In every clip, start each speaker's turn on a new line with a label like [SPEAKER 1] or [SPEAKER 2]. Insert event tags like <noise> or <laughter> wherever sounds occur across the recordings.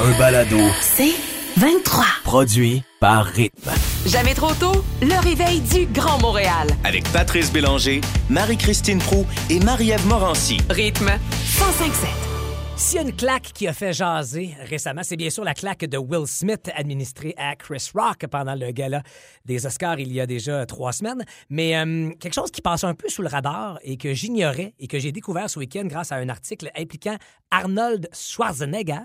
[SPEAKER 1] Un balado
[SPEAKER 2] C'est 23.
[SPEAKER 1] produit par Rythme.
[SPEAKER 2] Jamais trop tôt, le réveil du Grand Montréal.
[SPEAKER 3] avec Patrice Bélanger, Marie-Christine Prou et Marie-Ève Morancy.
[SPEAKER 2] Rythme 105.7.
[SPEAKER 4] S'il y a une claque qui a fait jaser récemment, c'est bien sûr la claque de Will Smith administrée à Chris Rock pendant le gala des Oscars il y a déjà trois semaines. Mais euh, quelque chose qui passe un peu sous le radar et que j'ignorais et que j'ai découvert ce week-end grâce à un article impliquant Arnold Schwarzenegger,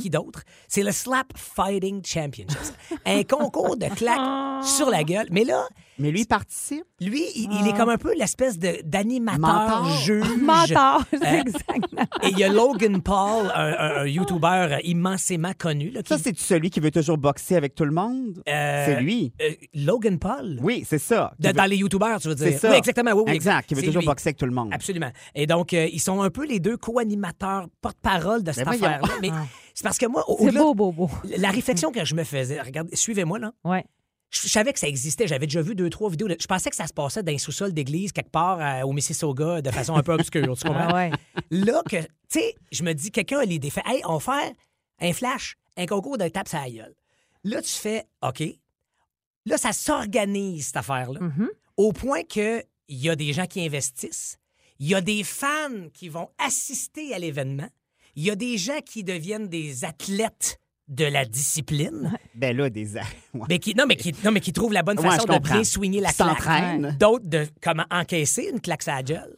[SPEAKER 4] qui d'autre, c'est le Slap Fighting Championship. un concours de claques sur la gueule. Mais là,
[SPEAKER 5] Mais lui, il participe. Ah.
[SPEAKER 4] lui, il, il est comme un peu l'espèce de- d'animateur
[SPEAKER 5] <laughs> Mentor.
[SPEAKER 4] juge.
[SPEAKER 6] Mentor,
[SPEAKER 4] Euh,
[SPEAKER 5] <laughs>
[SPEAKER 6] c'est exactement.
[SPEAKER 4] Et il y a Logan Paul, un, un- un YouTuber immensément connu. là, qui-
[SPEAKER 5] Ça, c'est celui qui veut toujours boxer avec tout le monde.
[SPEAKER 4] Euh,
[SPEAKER 5] C'est lui.
[SPEAKER 4] euh, Logan Paul?
[SPEAKER 5] Oui, c'est ça.
[SPEAKER 4] De-
[SPEAKER 5] Qui
[SPEAKER 4] dans
[SPEAKER 5] veut-
[SPEAKER 4] les YouTubers, tu veux dire?
[SPEAKER 5] C'est ça.
[SPEAKER 4] Oui, exactement. Oui, oui,
[SPEAKER 5] Exact, qui veut
[SPEAKER 4] C'est
[SPEAKER 5] toujours
[SPEAKER 4] lui.
[SPEAKER 5] boxer avec tout le monde.
[SPEAKER 4] Absolument. Et donc, euh, ils sont un peu les deux co-animateurs, porte-parole de cette
[SPEAKER 5] voyons. Ah.
[SPEAKER 4] affaire-là. Mais c'est parce que moi, au-
[SPEAKER 6] C'est
[SPEAKER 4] au-delà-
[SPEAKER 6] beau, beau, beau.
[SPEAKER 4] la réflexion que je me faisais, regardez, suivez-moi là.
[SPEAKER 6] Ouais.
[SPEAKER 4] Je, je savais que ça existait. J'avais déjà vu deux, trois vidéos. de- Je pensais que ça se passait dans un sous-sol d'église, quelque part euh, au Mississauga, de façon un peu obscure.
[SPEAKER 5] <laughs>
[SPEAKER 4] tu comprends?
[SPEAKER 6] Ah
[SPEAKER 4] <laughs>
[SPEAKER 6] ouais.
[SPEAKER 4] Là, que, tu sais, je me dis, quelqu'un a l'idée. Fait, hey, on va faire un flash, un concours de tape sur la gueule. Là, tu fais, OK. Là, ça s'organise, cette affaire-là. Au point qu'il y a des gens qui investissent. Il y a des fans qui vont assister à l'événement. Il y a des gens qui deviennent des athlètes de la discipline.
[SPEAKER 5] Ben là, des. <laughs> ouais.
[SPEAKER 4] Mais Ben, qui, non, mais qui, non, mais qui trouvent la bonne
[SPEAKER 5] Ouais,
[SPEAKER 4] façon de
[SPEAKER 5] je comprends.
[SPEAKER 4] bien soigner la
[SPEAKER 5] Qui
[SPEAKER 4] claque.
[SPEAKER 5] s'entraînent.
[SPEAKER 4] D'autres de comment encaisser une claque sur la gueule.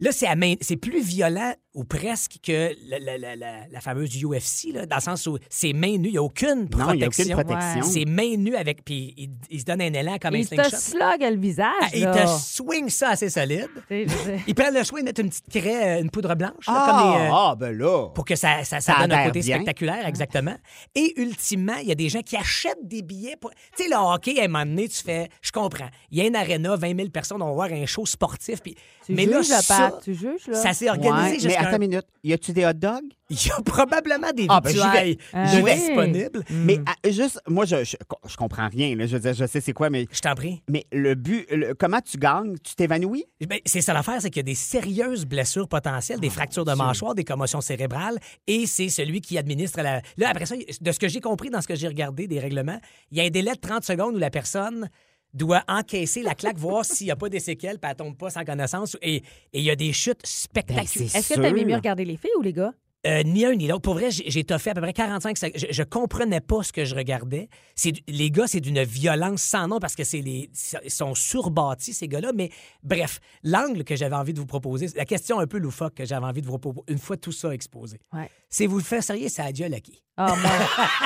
[SPEAKER 4] Là, c'est, à main- c'est plus violent ou presque que la, la- la- la- la fameuse UFC, là, dans le sens où c'est main nue, il n'y a aucune protection.
[SPEAKER 5] Non, il n'y a aucune protection.
[SPEAKER 4] C'est main nue avec, puis il, il se donne un élan comme un
[SPEAKER 6] Il te
[SPEAKER 4] slingshot.
[SPEAKER 6] slog le
[SPEAKER 4] Ah,
[SPEAKER 6] visage.
[SPEAKER 4] il
[SPEAKER 6] là.
[SPEAKER 4] te swing ça assez solide.
[SPEAKER 6] Tu sais, je veux dire,
[SPEAKER 4] Ils prennent le choix de mettre une petite craie, euh, une poudre blanche, là,
[SPEAKER 5] Ah,
[SPEAKER 4] comme les, euh,
[SPEAKER 5] ah, ben là.
[SPEAKER 4] pour que ça, ça, ça
[SPEAKER 5] Ça
[SPEAKER 4] donne un
[SPEAKER 5] adhère
[SPEAKER 4] côté
[SPEAKER 5] bien.
[SPEAKER 4] spectaculaire, exactement. Et ultimement, il y a des gens qui achètent des billets pour. Tu sais, le hockey, à un moment donné, tu fais. Je comprends. Il y a une aréna, 20 000 personnes, on va voir un show sportif. Puis...
[SPEAKER 6] Tu
[SPEAKER 4] Mais là,
[SPEAKER 6] juges,
[SPEAKER 4] ça,
[SPEAKER 6] Pat, tu juges, là.
[SPEAKER 4] ça s'est
[SPEAKER 5] Ouais,
[SPEAKER 4] organisé
[SPEAKER 5] Mais
[SPEAKER 4] jusqu'à. un-
[SPEAKER 5] attends une minute. Y a-tu des hot dogs?
[SPEAKER 4] <laughs> Il y a probablement des
[SPEAKER 5] Ah, ben, j'y
[SPEAKER 4] victuailles
[SPEAKER 6] vais.
[SPEAKER 4] j'y
[SPEAKER 6] Ah,
[SPEAKER 4] vais
[SPEAKER 6] oui.
[SPEAKER 4] disponibles.
[SPEAKER 5] Mais ah, juste, moi, je, je, je comprends rien. Là. Je veux dire, je sais c'est quoi, mais,
[SPEAKER 4] Je t'en prie.
[SPEAKER 5] mais le but, le- comment tu gagnes? Tu t'évanouis?
[SPEAKER 4] Ben, c'est ça l'affaire, c'est qu'il y a des sérieuses blessures potentielles, des fractures de mâchoire, des commotions cérébrales, et c'est celui qui administre la. Là, après ça, de ce que j'ai compris dans ce que j'ai regardé des règlements, il y a un délai de 30 secondes où la personne doit encaisser la claque, <laughs> voir s'il n'y a pas des séquelles, puis elle tombe pas sans connaissance, et et il y a des chutes spectaculaires.
[SPEAKER 5] c'est
[SPEAKER 6] Est-ce que t'as
[SPEAKER 5] sûr.
[SPEAKER 6] mieux regarder les filles ou les gars?
[SPEAKER 4] Euh, ni un ni l'autre. Pour vrai, j'ai j'ai toffé à peu près 45 secondes. Je, je comprenais pas ce que je regardais. C'est du- les gars, c'est d'une violence sans nom parce que c'est les ils sont surbâtis ces gars-là. Mais bref, l'angle que j'avais envie de vous proposer, la question un peu loufoque que j'avais envie de vous proposer, une fois tout ça exposé,
[SPEAKER 6] Ouais.
[SPEAKER 4] c'est vous le faire sérieux, ça a gueule à qui
[SPEAKER 6] Ah, moi,
[SPEAKER 4] <laughs>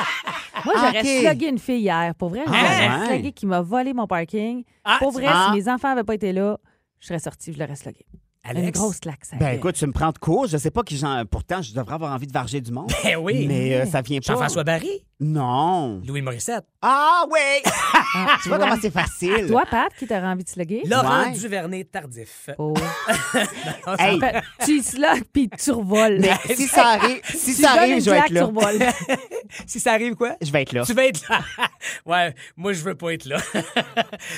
[SPEAKER 6] moi j'aurais
[SPEAKER 5] Ok.
[SPEAKER 6] slogué une fille hier. Pour vrai, j'aurais
[SPEAKER 5] Ah, ouais.
[SPEAKER 6] slogué qui m'a volé mon parking.
[SPEAKER 4] Ah,
[SPEAKER 6] Pour vrai,
[SPEAKER 5] ah.
[SPEAKER 6] si mes enfants n'avaient pas été là, je serais sortie, je l'aurais slogué. Une
[SPEAKER 4] Alex?
[SPEAKER 6] grosse claque, ça.
[SPEAKER 5] Ben écoute, tu me prends de court. Je sais pas qui j'en. Pourtant, je devrais avoir envie de varger du monde.
[SPEAKER 4] Eh oui.
[SPEAKER 5] Mais euh, ça vient pas.
[SPEAKER 4] Jean-François Barry,
[SPEAKER 5] Non.
[SPEAKER 4] Louis Morissette,
[SPEAKER 5] Ah oui!
[SPEAKER 6] Ah,
[SPEAKER 5] tu vois comment c'est facile.
[SPEAKER 6] Toi, Pat, qui t'aurait envie de sloguer?
[SPEAKER 4] Laurent
[SPEAKER 5] Ouais.
[SPEAKER 4] Duvernay Tardif.
[SPEAKER 6] Oh.
[SPEAKER 5] Hey,
[SPEAKER 6] Fait- tu slogues puis tu revoles.
[SPEAKER 5] mais si ça arrive, si
[SPEAKER 6] ben, tu
[SPEAKER 5] ça
[SPEAKER 6] donnes
[SPEAKER 5] arrive,
[SPEAKER 6] une
[SPEAKER 5] je vais
[SPEAKER 6] claque,
[SPEAKER 5] être
[SPEAKER 6] tu
[SPEAKER 5] là. <laughs>
[SPEAKER 6] revoles.
[SPEAKER 4] Si ça arrive quoi
[SPEAKER 5] Je vais être là.
[SPEAKER 4] Tu vas être là. <laughs> ouais, moi, je veux pas être là. <laughs>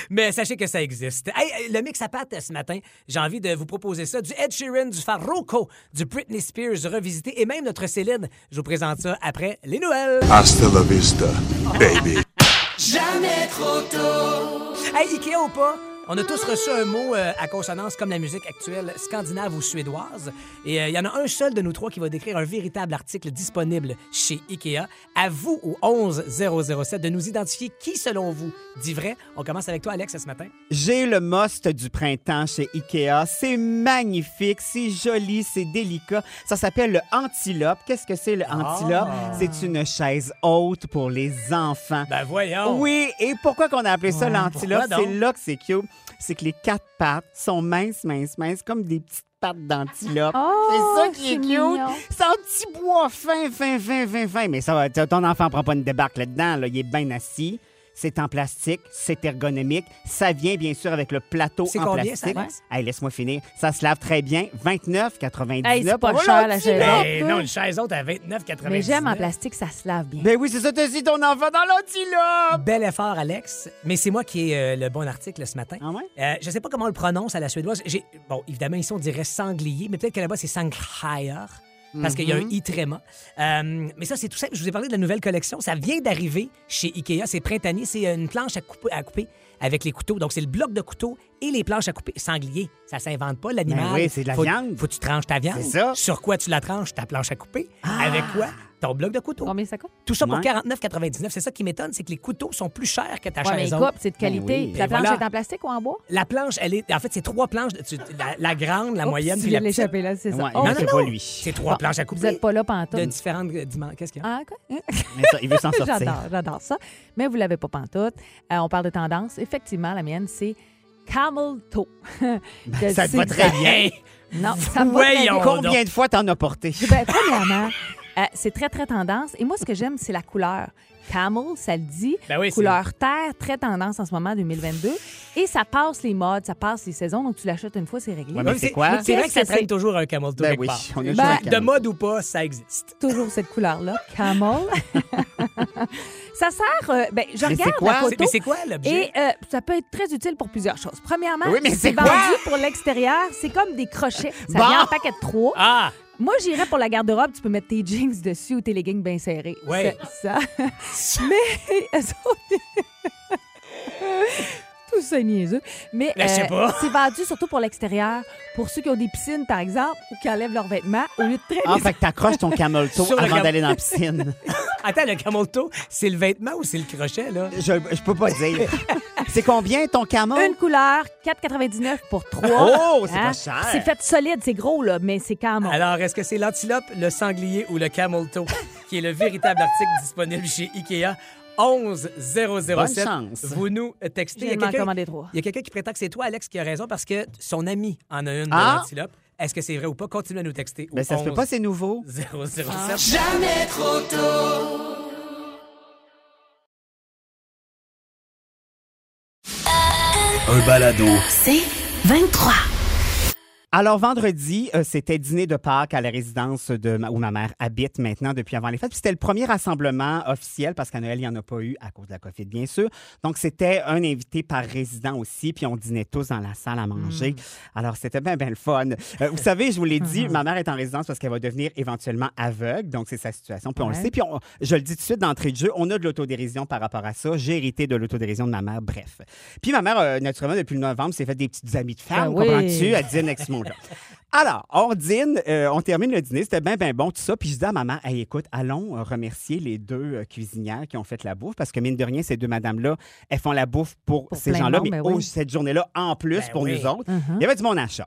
[SPEAKER 4] Mais sachez que ça existe. Hey, le mix à pâte ce matin, j'ai envie de vous proposer ça. Du Ed Sheeran, du Farroco, du Britney Spears revisité et même notre Céline. Je vous présente ça après les Noëls.
[SPEAKER 7] Hasta la vista, baby.
[SPEAKER 4] Hey, Ikea ou pas? On a tous reçu un mot euh, à consonance comme la musique actuelle scandinave ou suédoise. Et euh, il y en a un seul de nous trois qui va décrire un véritable article disponible chez Ikea. À vous, au 11 007, de nous identifier qui, selon vous, dit vrai. On commence avec toi, Alex, ce matin.
[SPEAKER 5] J'ai le most du printemps chez Ikea. C'est magnifique, c'est joli, c'est délicat. Ça s'appelle le antilope. Qu'est-ce que c'est le
[SPEAKER 6] Ah.
[SPEAKER 5] antilope? C'est une chaise haute pour les enfants.
[SPEAKER 4] Ben voyons.
[SPEAKER 5] Oui, et pourquoi qu'on a appelé ça l'antilope?
[SPEAKER 4] pourquoi donc?
[SPEAKER 5] C'est là que c'est cute. C'est que les quatre pattes sont minces, minces, minces, comme des petites pattes d'antilope.
[SPEAKER 6] Oh,
[SPEAKER 5] c'est ça qui est,
[SPEAKER 6] c'est
[SPEAKER 5] cute.
[SPEAKER 6] mignon.
[SPEAKER 5] C'est un petit bois fin, fin, fin, fin, fin. Mais ça, va- ton enfant prend pas une débarque là-dedans. Là. Il est bien assis. C'est en plastique, c'est ergonomique. Ça vient bien sûr avec le plateau
[SPEAKER 4] C'est
[SPEAKER 5] en
[SPEAKER 4] combien, ça,
[SPEAKER 5] plastique.
[SPEAKER 4] Alex?
[SPEAKER 5] Hey, laisse-moi finir. Ça se lave très bien. 29,99.
[SPEAKER 6] Hey, c'est pas
[SPEAKER 5] Oh,
[SPEAKER 6] cher, la chaise
[SPEAKER 5] l'antilope.
[SPEAKER 4] Ben non, une chaise haute à 29,99.
[SPEAKER 6] Mais j'aime en plastique, ça se lave bien.
[SPEAKER 5] Ben oui, c'est ça, t'as dit ton enfant dans l'antilope.
[SPEAKER 4] Bel effort, Alex. Mais c'est moi qui ai euh, le bon article ce matin.
[SPEAKER 5] Ah ouais?
[SPEAKER 4] Euh, je sais pas comment on le prononce à la suédoise. J'ai- Bon, évidemment, ici, on dirait sanglier, mais peut-être que là-bas, c'est sanglier. parce qu'il y a
[SPEAKER 5] Mm-hmm.
[SPEAKER 4] un i tréma. Euh, mais ça, c'est tout simple. Je vous ai parlé de la nouvelle collection. Ça vient d'arriver chez Ikea. C'est printanier. C'est euh, une planche à couper, à couper avec les couteaux. Donc, c'est le bloc de couteaux et les planches à couper. Sanglier, ça s'invente pas, l'animal.
[SPEAKER 5] Ben oui, c'est de la
[SPEAKER 4] faut,
[SPEAKER 5] viande.
[SPEAKER 4] Faut que tu tranches ta viande.
[SPEAKER 5] C'est ça. Ah!
[SPEAKER 4] Sur quoi tu la tranches? Ta planche à couper. Avec quoi? Ton bloc de
[SPEAKER 5] oh.
[SPEAKER 4] couteau.
[SPEAKER 6] Combien ça coûte?
[SPEAKER 4] Tout ça pour
[SPEAKER 5] Ouais.
[SPEAKER 4] 49,99. C'est ça qui m'étonne, c'est que les couteaux sont plus chers que ta
[SPEAKER 6] Ouais, mais
[SPEAKER 4] chaise haute.
[SPEAKER 6] écoute, c'est de qualité.
[SPEAKER 5] oui.
[SPEAKER 6] La
[SPEAKER 4] Ben
[SPEAKER 6] planche
[SPEAKER 4] voilà.
[SPEAKER 6] est en plastique ou en bois?
[SPEAKER 4] La planche, elle est. En fait, c'est trois planches. de- tu- La, la grande, la
[SPEAKER 6] Oups,
[SPEAKER 4] moyenne,
[SPEAKER 6] tu
[SPEAKER 4] puis
[SPEAKER 6] viens
[SPEAKER 4] la
[SPEAKER 6] de
[SPEAKER 4] petite.
[SPEAKER 6] l'échapper, là, c'est ça.
[SPEAKER 5] Ouais,
[SPEAKER 6] Oh,
[SPEAKER 5] mais
[SPEAKER 4] non,
[SPEAKER 5] c'est
[SPEAKER 4] non,
[SPEAKER 5] pas
[SPEAKER 4] non.
[SPEAKER 5] lui.
[SPEAKER 4] C'est trois
[SPEAKER 6] Bon,
[SPEAKER 4] planches à couper.
[SPEAKER 6] Vous n'êtes pas là pantoute.
[SPEAKER 4] de différentes euh, dimensions. Qu'est-ce qu'il y
[SPEAKER 6] Ah,
[SPEAKER 4] a?
[SPEAKER 6] quoi?
[SPEAKER 5] Mais ça, il veut s'en sortir.
[SPEAKER 6] <laughs> J'adore, j'adore ça. Mais vous l'avez pas pantoute. Euh, on parle de tendance. Effectivement, la mienne, c'est camel toe. <laughs> Je
[SPEAKER 5] Ben, ça te
[SPEAKER 6] sais
[SPEAKER 5] va
[SPEAKER 6] que
[SPEAKER 5] très bien.
[SPEAKER 4] Hey,
[SPEAKER 6] Non, ça me va très bien.
[SPEAKER 4] Voyons donc.
[SPEAKER 5] Combien de fois t'en as porté?
[SPEAKER 6] Ben, premièrement, euh, c'est très, très tendance. Et moi, ce que j'aime, c'est la couleur. Camel, ça le dit.
[SPEAKER 4] Ben oui, c'est-
[SPEAKER 6] couleur terre, très tendance en ce moment, 2022. Et ça passe les modes, ça passe les saisons. Donc, tu l'achètes une fois, c'est réglé.
[SPEAKER 5] Ouais, Ah, mais c'est quoi?
[SPEAKER 4] C'est vrai que
[SPEAKER 6] Qu'est-ce
[SPEAKER 4] ça
[SPEAKER 6] que
[SPEAKER 4] traîne
[SPEAKER 6] c'est?
[SPEAKER 4] toujours un camel toe
[SPEAKER 5] Ben
[SPEAKER 4] quelque
[SPEAKER 5] oui,
[SPEAKER 4] part.
[SPEAKER 5] on a
[SPEAKER 6] Ben,
[SPEAKER 5] joué
[SPEAKER 4] De mode ou pas, ça existe.
[SPEAKER 6] toujours cette couleur-là,
[SPEAKER 4] <laughs>
[SPEAKER 6] camel. ça sert... euh, ben, je
[SPEAKER 5] Mais c'est
[SPEAKER 6] regarde
[SPEAKER 5] quoi?
[SPEAKER 6] la
[SPEAKER 5] C'est-
[SPEAKER 6] photo.
[SPEAKER 4] C'est- Mais c'est quoi l'objet?
[SPEAKER 6] Et euh, ça peut être très utile pour plusieurs choses. Premièrement,
[SPEAKER 5] Oui, mais c'est
[SPEAKER 6] vendu
[SPEAKER 5] quoi?
[SPEAKER 6] pour l'extérieur. C'est comme des crochets. Ça
[SPEAKER 5] Bon.
[SPEAKER 6] vient en paquet de trois.
[SPEAKER 4] Ah!
[SPEAKER 6] Moi, j'irais pour la garde-robe. Tu peux mettre tes jeans dessus ou tes leggings bien serrés.
[SPEAKER 4] Ouais.
[SPEAKER 6] Ça, ça. <laughs> Mais elles sont- Tout ça est niaiseux. Mais euh,
[SPEAKER 4] Ben, je sais pas.
[SPEAKER 6] c'est vendu surtout pour l'extérieur, pour ceux qui ont des piscines, par exemple, ou qui enlèvent leurs vêtements au lieu de traîner.
[SPEAKER 5] Ah, fait que t'accroches ton camel toe
[SPEAKER 4] Sur le
[SPEAKER 5] avant
[SPEAKER 4] cam-
[SPEAKER 5] d'aller dans la piscine.
[SPEAKER 4] Attends, le camel toe, c'est le vêtement ou c'est le crochet, là?
[SPEAKER 5] Je, je peux pas dire. C'est combien ton camel?
[SPEAKER 6] Une couleur, 4,99 pour trois. Hein?
[SPEAKER 5] Oh, c'est pas cher.
[SPEAKER 6] C'est fait solide, c'est gros, là, mais c'est quand même.
[SPEAKER 4] Alors, est-ce que c'est l'antilope, le sanglier ou le camel
[SPEAKER 5] <laughs>
[SPEAKER 4] toe qui est le véritable article disponible chez Ikea? 11 007.
[SPEAKER 5] Bonne chance.
[SPEAKER 4] Vous nous textez. Il y a
[SPEAKER 6] J'ai m'en
[SPEAKER 4] quelqu'un-
[SPEAKER 6] commandé trois.
[SPEAKER 4] il y a quelqu'un qui prétend que c'est toi, Alex, qui a raison parce que son ami en a une
[SPEAKER 5] Ah!
[SPEAKER 4] de l'antilope. Est-ce que c'est vrai ou pas? Continuez à nous texter. au
[SPEAKER 5] Ben, ça se peut
[SPEAKER 4] 11
[SPEAKER 5] pas, c'est nouveau.
[SPEAKER 4] 007.
[SPEAKER 1] Un balado.
[SPEAKER 2] 23.
[SPEAKER 5] Alors, vendredi, euh, c'était dîner de Pâques à la résidence de ma- où ma mère habite maintenant depuis avant les fêtes. Puis C'était le premier rassemblement officiel parce qu'à Noël, il n'y en a pas eu à cause de la COVID, bien sûr. Donc, c'était un invité par résident aussi. Puis on dînait tous dans la salle à manger.
[SPEAKER 6] Hmm.
[SPEAKER 5] Alors, c'était bien, bien le fun. Euh, vous savez, je vous
[SPEAKER 6] <laughs>
[SPEAKER 5] l'ai dit, ma mère est en résidence parce qu'elle va devenir éventuellement aveugle. Donc, c'est sa situation. Puis on le
[SPEAKER 6] Ouais.
[SPEAKER 5] sait. Puis on- je le dis tout de suite d'entrée de jeu, on a de l'autodérision par rapport à ça. J'ai hérité de l'autodérision de ma mère, bref. Puis ma mère, euh, naturellement, depuis le novembre, s'est fait des petites amies de femme,
[SPEAKER 6] Ben oui.
[SPEAKER 5] comprends-tu? Elle dîne avec ce monde-là. Alors, on dîne, euh, on termine le dîner, c'était bien, bien bon, tout ça. Puis je dis à ma mère, Hey, écoute, allons euh, remercier les deux euh, cuisinières qui ont fait la bouffe, parce que mine de rien, ces deux madames-là, elles font la bouffe pour,
[SPEAKER 6] Pour
[SPEAKER 5] ces
[SPEAKER 6] plein de
[SPEAKER 5] gens-là,
[SPEAKER 6] monde,
[SPEAKER 5] mais
[SPEAKER 6] ben oui. Uh-huh.
[SPEAKER 5] au- cette journée-là, en plus,
[SPEAKER 4] Ben
[SPEAKER 5] pour
[SPEAKER 4] oui.
[SPEAKER 5] nous autres. Il y avait du bon achat.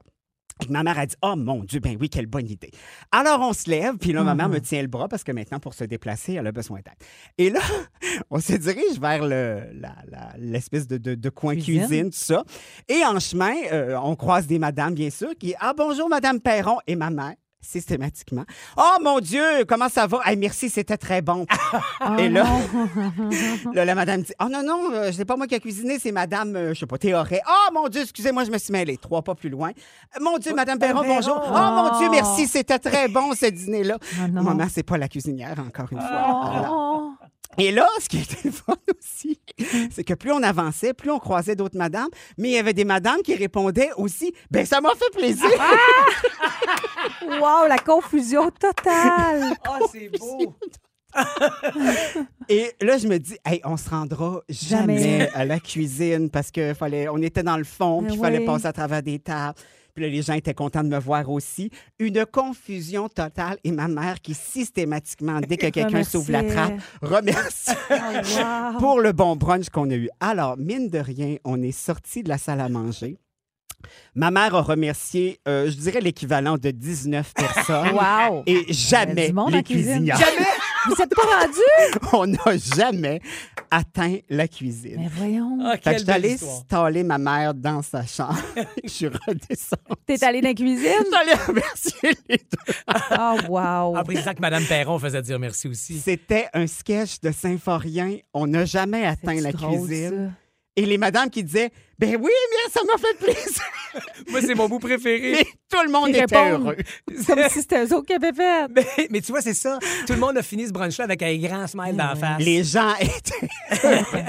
[SPEAKER 5] Puis Ma mère a dit Oh mon Dieu, ben oui, quelle bonne idée. Alors on se lève, puis
[SPEAKER 6] Mm-hmm.
[SPEAKER 5] là, ma mère me tient le bras parce que maintenant, pour se déplacer, elle a besoin d'aide. Et là, <laughs> on se dirige vers le- la- la- l'espèce de, de- de coin
[SPEAKER 6] Cuisine.
[SPEAKER 5] cuisine. tout ça. Et en chemin, euh, on croise des madames, bien sûr, qui Ah bonjour, Madame Perron et ma mère, systématiquement. Oh mon Dieu, comment ça va? Ah, merci, c'était très bon. <laughs> Et là, là, la madame dit Oh Ah non, non, euh, c'est pas moi qui a cuisiné, c'est madame, euh, je sais pas, Théoret. Oh mon Dieu, excusez-moi, je me suis mêlée. Trois pas plus loin. Mon Dieu, madame Perron, bonjour. Oh, mon Dieu, merci, c'était très bon ce dîner-là.
[SPEAKER 6] Ah, non.
[SPEAKER 5] Maman, c'est pas la cuisinière, encore une fois. Alors,
[SPEAKER 4] Ah.
[SPEAKER 6] Oh,
[SPEAKER 5] et là, ce qui était le fun <laughs> aussi, c'est que plus on avançait, plus on croisait d'autres madames, mais il y avait des madames qui répondaient aussi Ben, ça m'a fait plaisir.
[SPEAKER 6] Ah, wow, la confusion
[SPEAKER 4] <laughs>
[SPEAKER 6] totale.
[SPEAKER 4] Ah, c'est beau!
[SPEAKER 5] <laughs> Et là, je me dis, hey, on se rendra jamais,
[SPEAKER 6] Jamais.
[SPEAKER 5] à la cuisine parce que fallait, on était dans le fond,
[SPEAKER 6] Ben
[SPEAKER 5] puis il fallait
[SPEAKER 6] oui.
[SPEAKER 5] passer à travers des tables. Puis là, les gens étaient contents de me voir aussi. Une confusion totale. Et ma mère qui, systématiquement, dès que quelqu'un s'ouvre la trappe, remercie
[SPEAKER 6] wow.
[SPEAKER 5] pour le bon brunch qu'on a eu. Alors, mine de rien, on est sorti de la salle à manger. Ma mère a remercié, euh, je dirais, l'équivalent
[SPEAKER 6] <laughs>
[SPEAKER 5] de 19 personnes.
[SPEAKER 6] Wow.
[SPEAKER 5] Et
[SPEAKER 6] Il y a
[SPEAKER 5] jamais
[SPEAKER 6] du monde en
[SPEAKER 5] les
[SPEAKER 6] cuisine.
[SPEAKER 5] cuisinières.
[SPEAKER 6] Vous êtes pas rendu?
[SPEAKER 5] <laughs> on n'a jamais atteint la cuisine.
[SPEAKER 6] Mais voyons.
[SPEAKER 4] <laughs> Ah,
[SPEAKER 5] Fait que
[SPEAKER 4] quelle
[SPEAKER 5] je suis
[SPEAKER 4] belle
[SPEAKER 5] allée
[SPEAKER 4] histoire!
[SPEAKER 5] staller ma mère dans sa chambre. <laughs> je suis redescendue.
[SPEAKER 6] T'es allé dans la cuisine? <laughs>
[SPEAKER 5] Je suis allée remercier les deux.
[SPEAKER 6] Oh, wow.
[SPEAKER 4] En précisant que Mme Perron faisait dire merci aussi.
[SPEAKER 5] C'était un sketch de Symphorien. On n'a jamais atteint
[SPEAKER 6] C'est
[SPEAKER 5] la
[SPEAKER 6] drôle,
[SPEAKER 5] cuisine.
[SPEAKER 6] ça.
[SPEAKER 5] Et les madames qui disaient Ben oui, mais ça m'a fait plaisir.
[SPEAKER 4] Moi, c'est mon bout préféré.
[SPEAKER 5] <laughs> Et tout le monde
[SPEAKER 6] Ils
[SPEAKER 5] était
[SPEAKER 6] répondent.
[SPEAKER 5] heureux.
[SPEAKER 4] <laughs>
[SPEAKER 6] Comme si c'était eux autres qui avaient fait.
[SPEAKER 4] Mais, mais tu vois, c'est ça. Tout le monde a fini ce brunch-là avec un grand smile dans la
[SPEAKER 6] Ah,
[SPEAKER 4] face.
[SPEAKER 5] Les gens étaient heureux.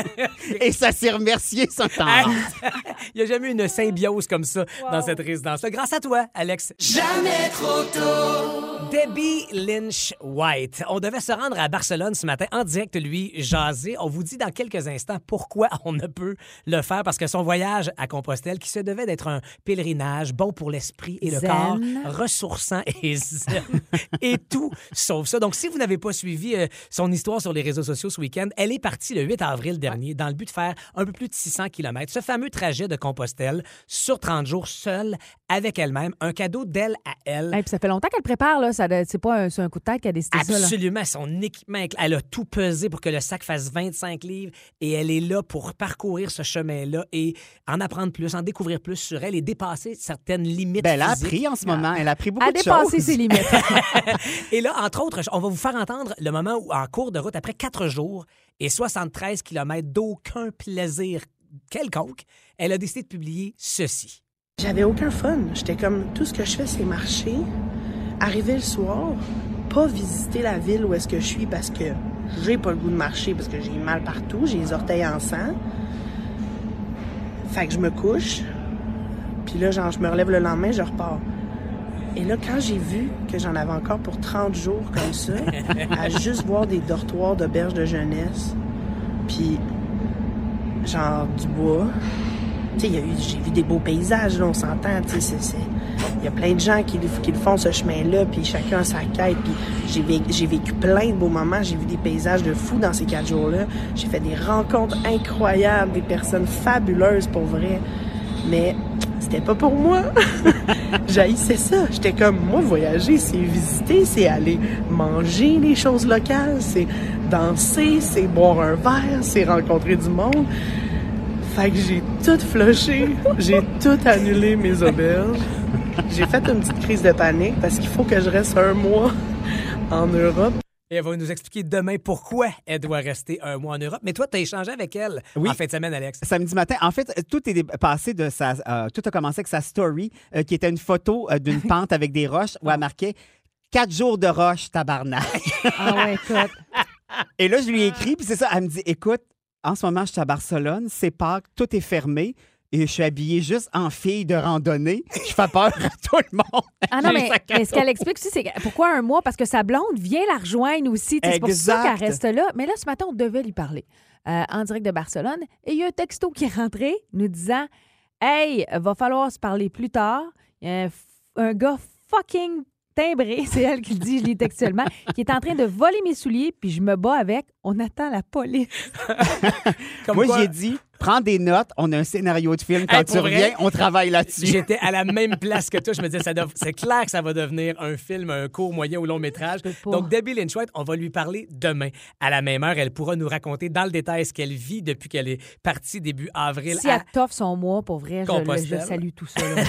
[SPEAKER 5] Et ça s'est remercié
[SPEAKER 6] Ah,
[SPEAKER 5] son temps.
[SPEAKER 4] <laughs> Il n'y a jamais eu une symbiose comme ça dans cette résidence-là. Grâce à toi, Alex. Jamais trop tôt. Debbie Lynch White. On devait se rendre à Barcelone ce matin en direct, lui, jaser. On vous dit dans quelques instants pourquoi <laughs> on ne peut le faire parce que son voyage à Compostelle, qui se devait d'être un pèlerinage bon pour l'esprit et le
[SPEAKER 6] Zen.
[SPEAKER 4] corps, ressourçant <laughs> et zen et tout sauf ça. Donc, si vous n'avez pas suivi euh, son histoire sur les réseaux sociaux ce week-end, elle est partie le 8 avril dernier dans le but de faire un peu plus de 600 km. Ce fameux trajet de Compostelle sur 30 jours, seule, avec elle-même, un cadeau d'elle à elle.
[SPEAKER 6] Hey, puis ça fait longtemps qu'elle prépare, là. Ça, doit- c'est pas un, c'est un coup de tête qu'elle a décidé ça, là.
[SPEAKER 4] Absolument, son équipement, elle a tout pesé pour que le sac fasse 25 livres et elle est là pour parcourir ce chemin-là et en apprendre plus, en découvrir plus sur elle et dépasser certaines limites.
[SPEAKER 5] Ben, elle a
[SPEAKER 4] physiques.
[SPEAKER 5] appris en ce moment. Elle a appris beaucoup
[SPEAKER 6] Elle a
[SPEAKER 5] de choses.
[SPEAKER 6] dépassé ses limites. <laughs>
[SPEAKER 4] Et là, entre autres, on va vous faire entendre le moment où, en cours de route, après quatre jours et 73 km d'aucun plaisir quelconque, elle a décidé de publier ceci.
[SPEAKER 8] J'avais aucun fun. J'étais comme, tout ce que je fais, c'est marcher, arriver le soir, pas visiter la ville où est-ce que je suis parce que j'ai pas le goût de marcher, parce que j'ai mal partout, j'ai les orteils en sang. Fait que je me couche, puis là, genre, je me relève le lendemain, je repars. Et là, quand j'ai vu que j'en avais encore pour 30 jours comme ça, à juste voir des dortoirs d'auberges de jeunesse, puis genre du bois, tu sais, il y a eu- j'ai vu des beaux paysages, là, on s'entend, tu sais, c'est- c'est- Il y a plein de gens qui, le- qui le font ce chemin-là, puis chacun a sa quête. Puis j'ai vécu, j'ai vécu plein de beaux moments, j'ai vu des paysages de fous dans ces quatre jours-là. J'ai fait des rencontres incroyables, des personnes fabuleuses pour vrai. Mais c'était pas pour moi. <laughs> J'haïssais ça. J'étais comme, moi, voyager, c'est visiter, c'est aller manger les choses locales, c'est danser, c'est boire un verre, c'est rencontrer du monde. Fait que j'ai tout flushé, j'ai tout annulé mes auberges. J'ai fait une petite crise de panique parce qu'il faut que je reste un mois en Europe.
[SPEAKER 4] Et elle va nous expliquer demain pourquoi elle doit rester un mois en Europe. Mais toi, tu as échangé avec elle
[SPEAKER 5] Oui.
[SPEAKER 4] en fin de semaine, Alex.
[SPEAKER 5] Samedi matin, en fait, tout est dé- passé de sa, euh, tout a commencé avec sa story, euh, qui était une photo euh,
[SPEAKER 6] <laughs>
[SPEAKER 5] d'une pente avec des roches où elle marquait quatre jours de roches, tabarnak. <laughs>
[SPEAKER 6] ah ouais, écoute.
[SPEAKER 5] Et là, je lui ai
[SPEAKER 6] Ah.
[SPEAKER 5] écrit, puis c'est ça, elle me dit, écoute, en ce moment, je suis à Barcelone, c'est Pâques, tout est fermé. Et je suis habillée juste en fille de randonnée. Je fais peur à tout le monde.
[SPEAKER 6] Ah non,
[SPEAKER 5] J'ai
[SPEAKER 6] mais,
[SPEAKER 5] un sac à
[SPEAKER 6] mais ce qu'elle explique aussi, c'est que- pourquoi un mois? Parce que sa blonde vient la rejoindre aussi. Tu sais, C'est pour ça
[SPEAKER 5] Exact.
[SPEAKER 6] qu'elle reste là. Mais là, ce matin, on devait lui parler euh, en direct de Barcelone. Et il y a un texto qui est rentré nous disant Hey, va falloir se parler plus tard. Il y a un, f- un gars fucking timbré, <laughs> c'est elle qui le dit, je lis textuellement, qui est en train de voler mes souliers, puis je me bats avec. On attend la police.
[SPEAKER 4] Comme
[SPEAKER 5] Moi,
[SPEAKER 4] quoi,
[SPEAKER 5] j'ai dit, prends des notes, on a un scénario de film. Quand
[SPEAKER 4] Hey, pour
[SPEAKER 5] tu
[SPEAKER 4] vrai,
[SPEAKER 5] reviens, on travaille là-dessus.
[SPEAKER 4] J'étais à la même place que toi. Je me disais, ça doit- c'est clair que ça va devenir un film, un court, moyen ou long métrage.
[SPEAKER 6] Je peux pas.
[SPEAKER 4] Donc, Debbie Lynch White, on va lui parler demain. À la même heure, elle pourra nous raconter dans le détail ce qu'elle vit depuis qu'elle est partie début avril.
[SPEAKER 6] Si
[SPEAKER 4] à-
[SPEAKER 6] elle t'offre son mois, pour vrai, je, le- je
[SPEAKER 4] Compostelle.
[SPEAKER 6] salue tout ça. là.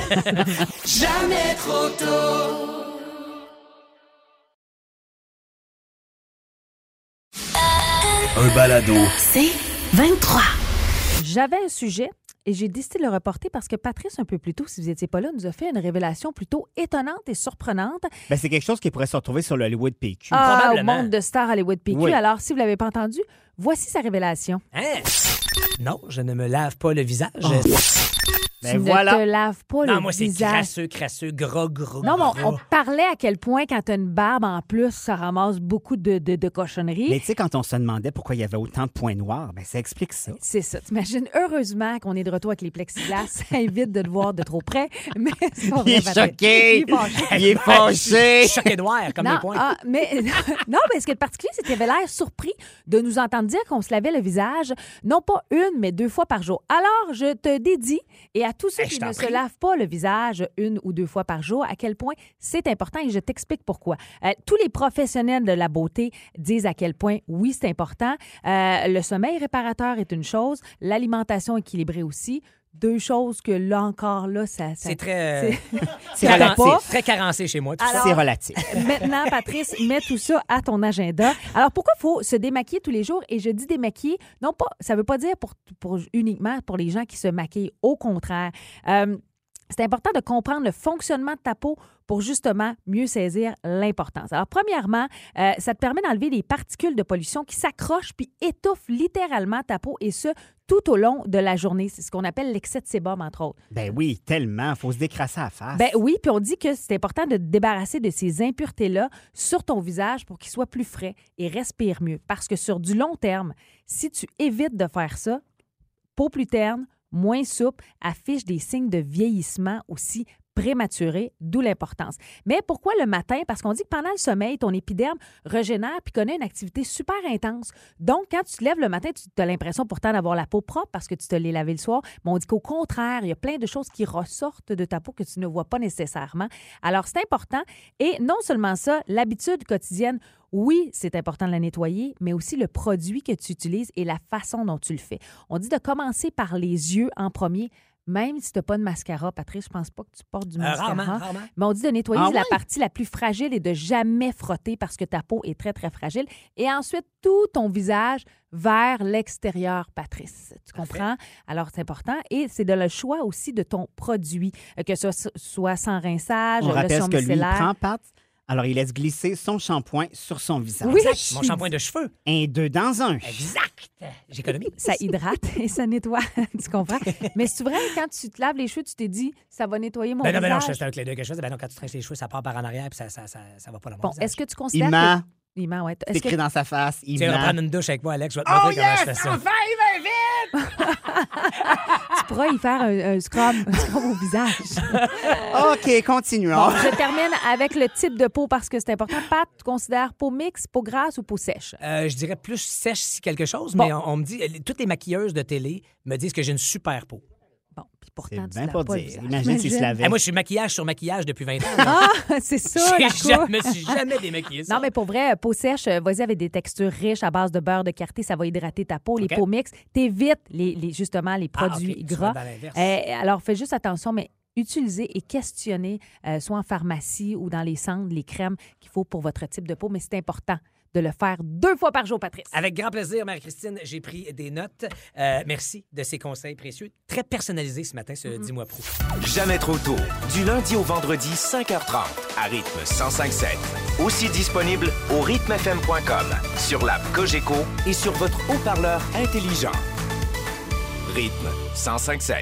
[SPEAKER 1] Un balado.
[SPEAKER 2] C'est 23.
[SPEAKER 6] J'avais un sujet et j'ai décidé de le reporter parce que Patrice, un peu plus tôt, si vous n'étiez pas là, nous a fait une révélation plutôt étonnante et surprenante
[SPEAKER 5] Ben, c'est quelque chose qui pourrait se retrouver sur le Hollywood PQ.
[SPEAKER 6] ah, au
[SPEAKER 4] probablement.
[SPEAKER 6] monde de Star Hollywood PQ.
[SPEAKER 5] Oui.
[SPEAKER 6] Alors, si vous ne l'avez pas entendu, voici sa révélation.
[SPEAKER 4] Hein? Non, je ne me lave pas le visage.
[SPEAKER 5] ben
[SPEAKER 6] tu
[SPEAKER 5] voilà.
[SPEAKER 6] ne te laves pas
[SPEAKER 4] Non,
[SPEAKER 6] le
[SPEAKER 4] moi, c'est
[SPEAKER 6] visage.
[SPEAKER 4] crasseux, crasseux, gros, gros.
[SPEAKER 6] Non, mais on,
[SPEAKER 4] gros.
[SPEAKER 6] on parlait à quel point, quand tu as une barbe en plus, ça ramasse beaucoup de, de- de cochonneries.
[SPEAKER 5] Mais tu sais, quand on se demandait pourquoi il y avait autant de points noirs, ben, ça explique ça.
[SPEAKER 6] C'est ça. T'imagines, heureusement qu'on est de retour avec les plexiglas. <laughs> Ça évite de le voir de trop près. Mais c'est pas
[SPEAKER 5] Il
[SPEAKER 6] vrai,
[SPEAKER 5] est
[SPEAKER 6] Patrick.
[SPEAKER 5] choqué.
[SPEAKER 6] Il est fâché.
[SPEAKER 5] Il
[SPEAKER 6] <laughs>
[SPEAKER 5] est fâché.
[SPEAKER 4] Choc et noir, comme
[SPEAKER 6] non,
[SPEAKER 4] les points.
[SPEAKER 6] ah, mais, <laughs> non, mais ce qui est particulier, c'est qu'il avait l'air surpris de nous entendre dire qu'on se lavait le visage, non pas une, mais deux fois par jour. Alors, je te dédie, et à tous ceux
[SPEAKER 4] Hey, je
[SPEAKER 6] qui
[SPEAKER 4] t'en
[SPEAKER 6] ne
[SPEAKER 4] prie.
[SPEAKER 6] se lavent pas le visage une ou deux fois par jour, à quel point c'est important, et je t'explique pourquoi. Euh, tous les professionnels de la beauté disent à quel point, oui, c'est important. Euh, le sommeil réparateur est une chose, l'alimentation équilibrée aussi. deux choses que là encore, là, ça. ça-
[SPEAKER 4] C'est très,
[SPEAKER 5] C'est
[SPEAKER 6] Ça
[SPEAKER 5] relatif.
[SPEAKER 6] va.
[SPEAKER 4] très carencé chez moi. tout ça.
[SPEAKER 6] Alors-
[SPEAKER 5] C'est relatif.
[SPEAKER 6] Maintenant, Patrice, mets tout ça à ton agenda. Alors, pourquoi faut se démaquiller tous les jours? Et je dis démaquiller, non pas, ça veut pas dire pour, pour- uniquement pour les gens qui se maquillent. Au contraire, Euh, c'est important de comprendre le fonctionnement de ta peau pour justement mieux saisir l'importance. Alors, premièrement, euh, ça te permet d'enlever les particules de pollution qui s'accrochent puis étouffent littéralement ta peau et ce, tout au long de la journée. C'est ce qu'on appelle l'excès de sébum, entre autres.
[SPEAKER 5] Ben oui, tellement. Faut se décrasser à la face.
[SPEAKER 6] Ben oui, puis on dit que c'est important de te débarrasser de ces impuretés-là sur ton visage pour qu'il soit plus frais et respire mieux. Parce que sur du long terme, si tu évites de faire ça, peau plus terne, moins souple, affiche des signes de vieillissement aussi prématuré, d'où l'importance. Mais pourquoi le matin? Parce qu'on dit que pendant le sommeil, ton épiderme régénère puis connaît une activité super intense. Donc, quand tu te lèves le matin, tu as l'impression pourtant d'avoir la peau propre parce que tu te l'es lavé le soir. Mais on dit qu'au contraire, il y a plein de choses qui ressortent de ta peau que tu ne vois pas nécessairement. Alors, c'est important. Et non seulement ça, l'habitude quotidienne oui, c'est important de la nettoyer, mais aussi le produit que tu utilises et la façon dont tu le fais. On dit de commencer par les yeux en premier, même si tu n'as pas de mascara. Patrice, je pense pas que tu portes du
[SPEAKER 4] Euh,
[SPEAKER 6] mascara.
[SPEAKER 4] rarement, rarement.
[SPEAKER 6] Mais on dit de nettoyer
[SPEAKER 5] Ah
[SPEAKER 6] la
[SPEAKER 5] oui?
[SPEAKER 6] partie la plus fragile et de jamais frotter parce que ta peau est très, très fragile. Et ensuite, tout ton visage vers l'extérieur, Patrice. Tu comprends? Alors, c'est important. Et c'est de le choix aussi de ton produit, euh, que ce soit sans rinçage,
[SPEAKER 5] On rappelle
[SPEAKER 6] lotion
[SPEAKER 5] ce que lui il
[SPEAKER 6] micellaire.
[SPEAKER 5] prend, Pat. Alors, il laisse glisser son shampoing sur son visage.
[SPEAKER 6] Oui,
[SPEAKER 4] Mon shampoing de cheveux.
[SPEAKER 5] Un deux dans un.
[SPEAKER 4] Exact. J'économise.
[SPEAKER 6] ça hydrate et ça nettoie. <laughs> tu comprends? Mais c'est vrai, quand tu te laves les cheveux, tu t'es dit, ça va nettoyer mon
[SPEAKER 4] Ben non, ben non,
[SPEAKER 6] visage.
[SPEAKER 4] je fais avec les deux quelque chose. Ben non, quand tu traînes les cheveux, ça part par en arrière puis ça, ça, ça, ça va pas dans mon
[SPEAKER 6] bon,
[SPEAKER 4] visage.
[SPEAKER 6] est-ce que tu
[SPEAKER 5] Il
[SPEAKER 6] considères
[SPEAKER 5] ment.
[SPEAKER 6] que... Il ment, ouais.
[SPEAKER 5] C'est
[SPEAKER 6] Est-ce que
[SPEAKER 5] écrit dans sa face. Il
[SPEAKER 4] Tu vas
[SPEAKER 5] ment.
[SPEAKER 4] prendre une douche avec moi, Alex. Je vais te montrer comment je fais ça.
[SPEAKER 6] tu pourras y faire un, un scrum, un scrum au visage?
[SPEAKER 5] <laughs> OK,
[SPEAKER 6] Bon,
[SPEAKER 5] continuons.
[SPEAKER 6] je termine avec le type de peau parce que c'est important. Pat, tu considères peau mixte, peau grasse ou peau sèche?
[SPEAKER 4] Euh, je dirais plus sèche si quelque chose,
[SPEAKER 6] Bon.
[SPEAKER 4] mais on, on me dit, euh, toutes les maquilleuses de télé me disent que j'ai une super peau.
[SPEAKER 6] Bon, puis pourtant,
[SPEAKER 5] C'est
[SPEAKER 6] tu
[SPEAKER 5] bien
[SPEAKER 6] laves
[SPEAKER 5] pour
[SPEAKER 6] pas le
[SPEAKER 5] dire.
[SPEAKER 6] visage.
[SPEAKER 5] Imagine s'il se
[SPEAKER 4] Eh,
[SPEAKER 5] lavait.
[SPEAKER 4] moi, je suis maquillage sur maquillage depuis 20 ans.
[SPEAKER 6] Ah, <laughs> c'est ça, la
[SPEAKER 4] <laughs> J'ai jamais-
[SPEAKER 6] coupe.
[SPEAKER 4] Je me suis jamais démaquillée. ça.
[SPEAKER 6] Non, mais pour vrai, peau sèche, euh, vas-y avec des textures riches à base de beurre de karité, ça va hydrater ta peau. Les
[SPEAKER 4] OK.
[SPEAKER 6] peaux mixtes, t'évites les, les- justement les
[SPEAKER 4] Ah, ok,
[SPEAKER 6] produits
[SPEAKER 4] tu vas
[SPEAKER 6] gras.
[SPEAKER 4] dans l'inverse.
[SPEAKER 6] Euh, alors, fais juste attention, mais utilisez et questionnez, euh, soit en pharmacie ou dans les cendres, les crèmes qu'il faut pour votre type de peau, mais c'est important de le faire deux fois par jour, Patrice.
[SPEAKER 4] Avec grand plaisir, Marie-Christine, j'ai pris des notes. Euh, merci de ces conseils précieux, très personnalisés ce matin, ce
[SPEAKER 6] Mm-hmm.
[SPEAKER 4] Dis-moi Pro.
[SPEAKER 3] Jamais trop tôt. Du lundi au vendredi, 5h30, à rythme 105.7. Aussi disponible au rythmefm.com, sur l'app Cogeco et sur votre haut-parleur intelligent. Rythme 105.7.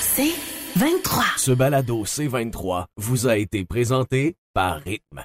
[SPEAKER 2] C'est 23.
[SPEAKER 1] Ce balado C23 vous a été présenté par Rythme.